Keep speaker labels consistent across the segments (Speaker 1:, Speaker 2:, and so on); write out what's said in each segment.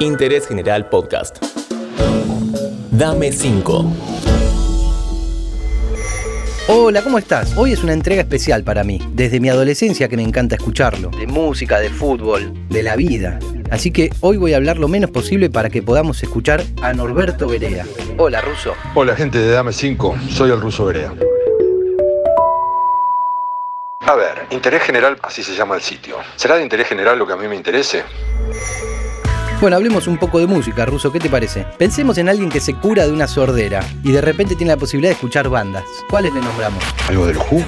Speaker 1: Interés General Podcast. Dame 5.
Speaker 2: Hola, ¿cómo estás? Hoy es una entrega especial para mí, desde mi adolescencia que me encanta escucharlo, de música, de fútbol, de la vida. Así que hoy voy a hablar lo menos posible para que podamos escuchar a Norberto Berea. Hola, Ruso.
Speaker 3: Hola gente de Dame 5, soy el ruso Berea. A ver, interés general, así se llama el sitio. ¿Será de interés general lo que a mí me interese?
Speaker 2: Bueno, hablemos un poco de música, Ruso, ¿qué te parece? Pensemos en alguien que se cura de una sordera y de repente tiene la posibilidad de escuchar bandas. ¿Cuáles le nombramos?
Speaker 3: ¿Algo del Who?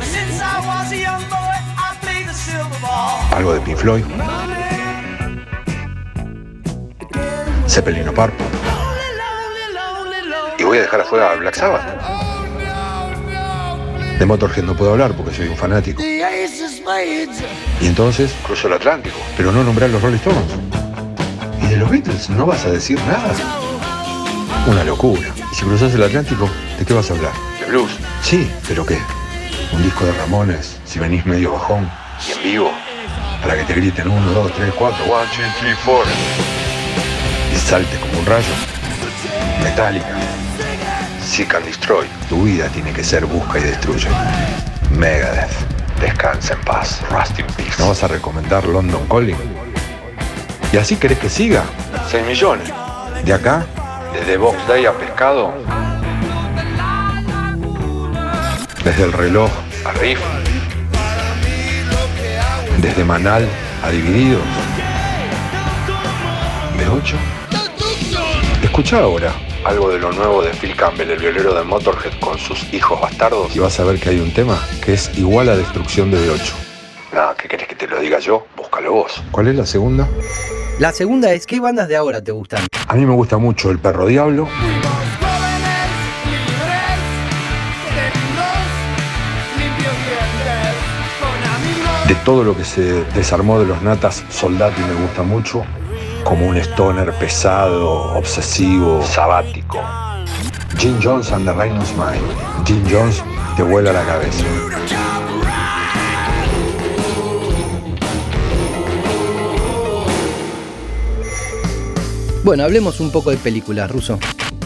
Speaker 3: ¿Algo de Pink Floyd? ¿Zeppelin o Purple? Y voy a dejar afuera a Black Sabbath.
Speaker 4: Oh,
Speaker 3: De Motorhead no puedo hablar porque soy un fanático. Y entonces cruzo el Atlántico, pero no nombrar los Rolling Stones. Y de los Beatles no vas a decir nada. Una locura. Y si cruzas el Atlántico, ¿de qué vas a hablar? De blues. Sí, pero ¿qué? Un disco de Ramones, si venís medio bajón. Y en vivo. Para que te griten 1, 2, 3, 4, 1, 2, 3, 4. Y salte como un rayo. Metallica. Seek and Destroy. Tu vida tiene que ser busca y destruye. Megadeth. Descansa en paz. Rust in peace. ¿No vas a recomendar London Calling? ¿Y así querés que siga? 6 millones. ¿De acá? Desde Box Day a Pescado. Desde el reloj a Riff. Desde Manal a Divididos. ¿De 8? Escucha ahora algo de lo nuevo de Phil Campbell, el violero de Motorhead con sus hijos bastardos. Y vas a ver que hay un tema que es igual a Destrucción de D8. Nada, Ah, ¿qué querés que te lo diga yo? Búscalo vos. ¿Cuál es la segunda?
Speaker 2: La segunda es, ¿qué bandas de ahora te gustan?
Speaker 3: A mí me gusta mucho El Perro Diablo,
Speaker 4: Fuimos jóvenes, libres, serenos, limpios de ayer, con amigos.
Speaker 3: de todo lo que se desarmó de los natas, Soldati me gusta mucho, como un stoner pesado, obsesivo, sabático. Jim Jones and the Rhino's Mind. Jim Jones te vuela la cabeza.
Speaker 2: Bueno, hablemos un poco de películas, Ruso.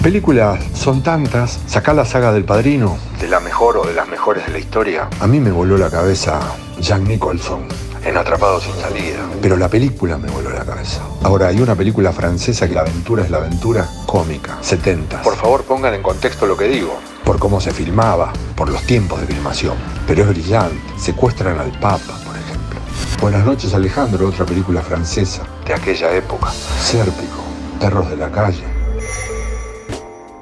Speaker 3: Películas son tantas, sacá la saga del padrino. De la mejor o de las mejores de la historia. A mí me voló la cabeza Jack Nicholson. En Atrapado sin salida. Pero la película me voló la cabeza. Ahora, hay una película francesa que la aventura es la aventura cómica, 70. Por favor, pongan en contexto lo que digo. Por cómo se filmaba, por los tiempos de filmación. Pero es brillante. Secuestran al Papa, por ejemplo. Buenas noches, Alejandro, otra película francesa. De aquella época. Sérpico, Perros de la calle.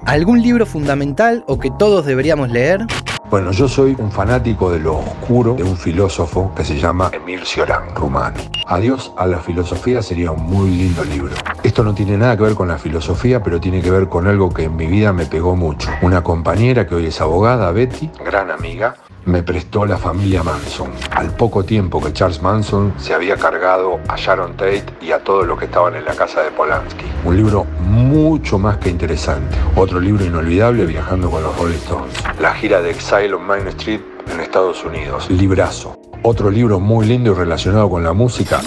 Speaker 2: ¿Algún libro fundamental o que todos deberíamos leer?
Speaker 3: Bueno, yo soy un fanático de lo oscuro de un filósofo que se llama Emil Cioran, rumano. Adiós a la filosofía sería un muy lindo libro. Esto no tiene nada que ver con la filosofía, pero tiene que ver con algo que en mi vida me pegó mucho. Una compañera que hoy es abogada, Betty, gran amiga, me prestó la familia Manson. Al poco tiempo que Charles Manson se había cargado a Sharon Tate y a todos los que estaban en la casa de Polanski. Un libro mucho más que interesante. Otro libro inolvidable, Viajando con los Rolling Stones. La gira de Exile on Main Street en Estados Unidos. Librazo. Otro libro muy lindo y relacionado con la música.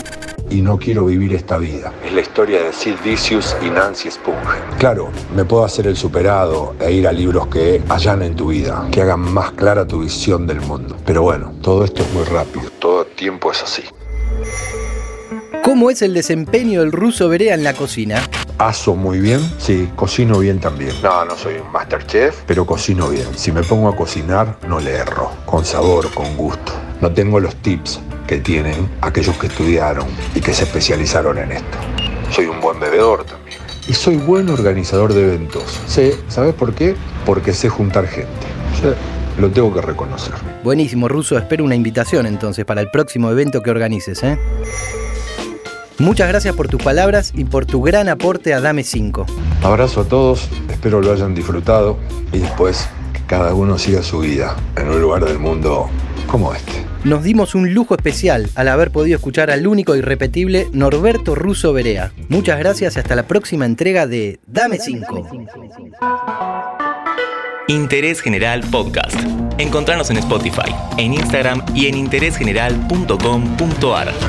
Speaker 3: Y no quiero vivir esta vida. Es la historia de Sid Vicious y Nancy Spungen. Claro, me puedo hacer el superado e ir a libros que allanen tu vida, que hagan más clara tu visión del mundo. Pero bueno, todo esto es muy rápido. Todo tiempo es así.
Speaker 2: ¿Cómo es el desempeño del ruso Berea en la cocina?
Speaker 3: Aso muy bien, sí, cocino bien también. No, no soy un masterchef, pero cocino bien. Si me pongo a cocinar, no le erro. Con sabor, con gusto. No tengo los tips que tienen aquellos que estudiaron y que se especializaron en esto. Soy un buen bebedor también. Y soy buen organizador de eventos. Sé, ¿sabes por qué? Porque sé juntar gente. Sí, lo tengo que reconocer.
Speaker 2: Buenísimo, Ruso. Espero una invitación entonces para el próximo evento que organices, ¿eh? Muchas gracias por tus palabras y por tu gran aporte a Dame 5.
Speaker 3: Abrazo a todos, espero lo hayan disfrutado y después que cada uno siga su vida en un lugar del mundo como este.
Speaker 2: Nos dimos un lujo especial al haber podido escuchar al único irrepetible Norberto Russo Berea. Muchas gracias y hasta la próxima entrega de Dame 5.
Speaker 1: Interés General Podcast. Encontrarnos en Spotify, en Instagram y en interésgeneral.com.ar.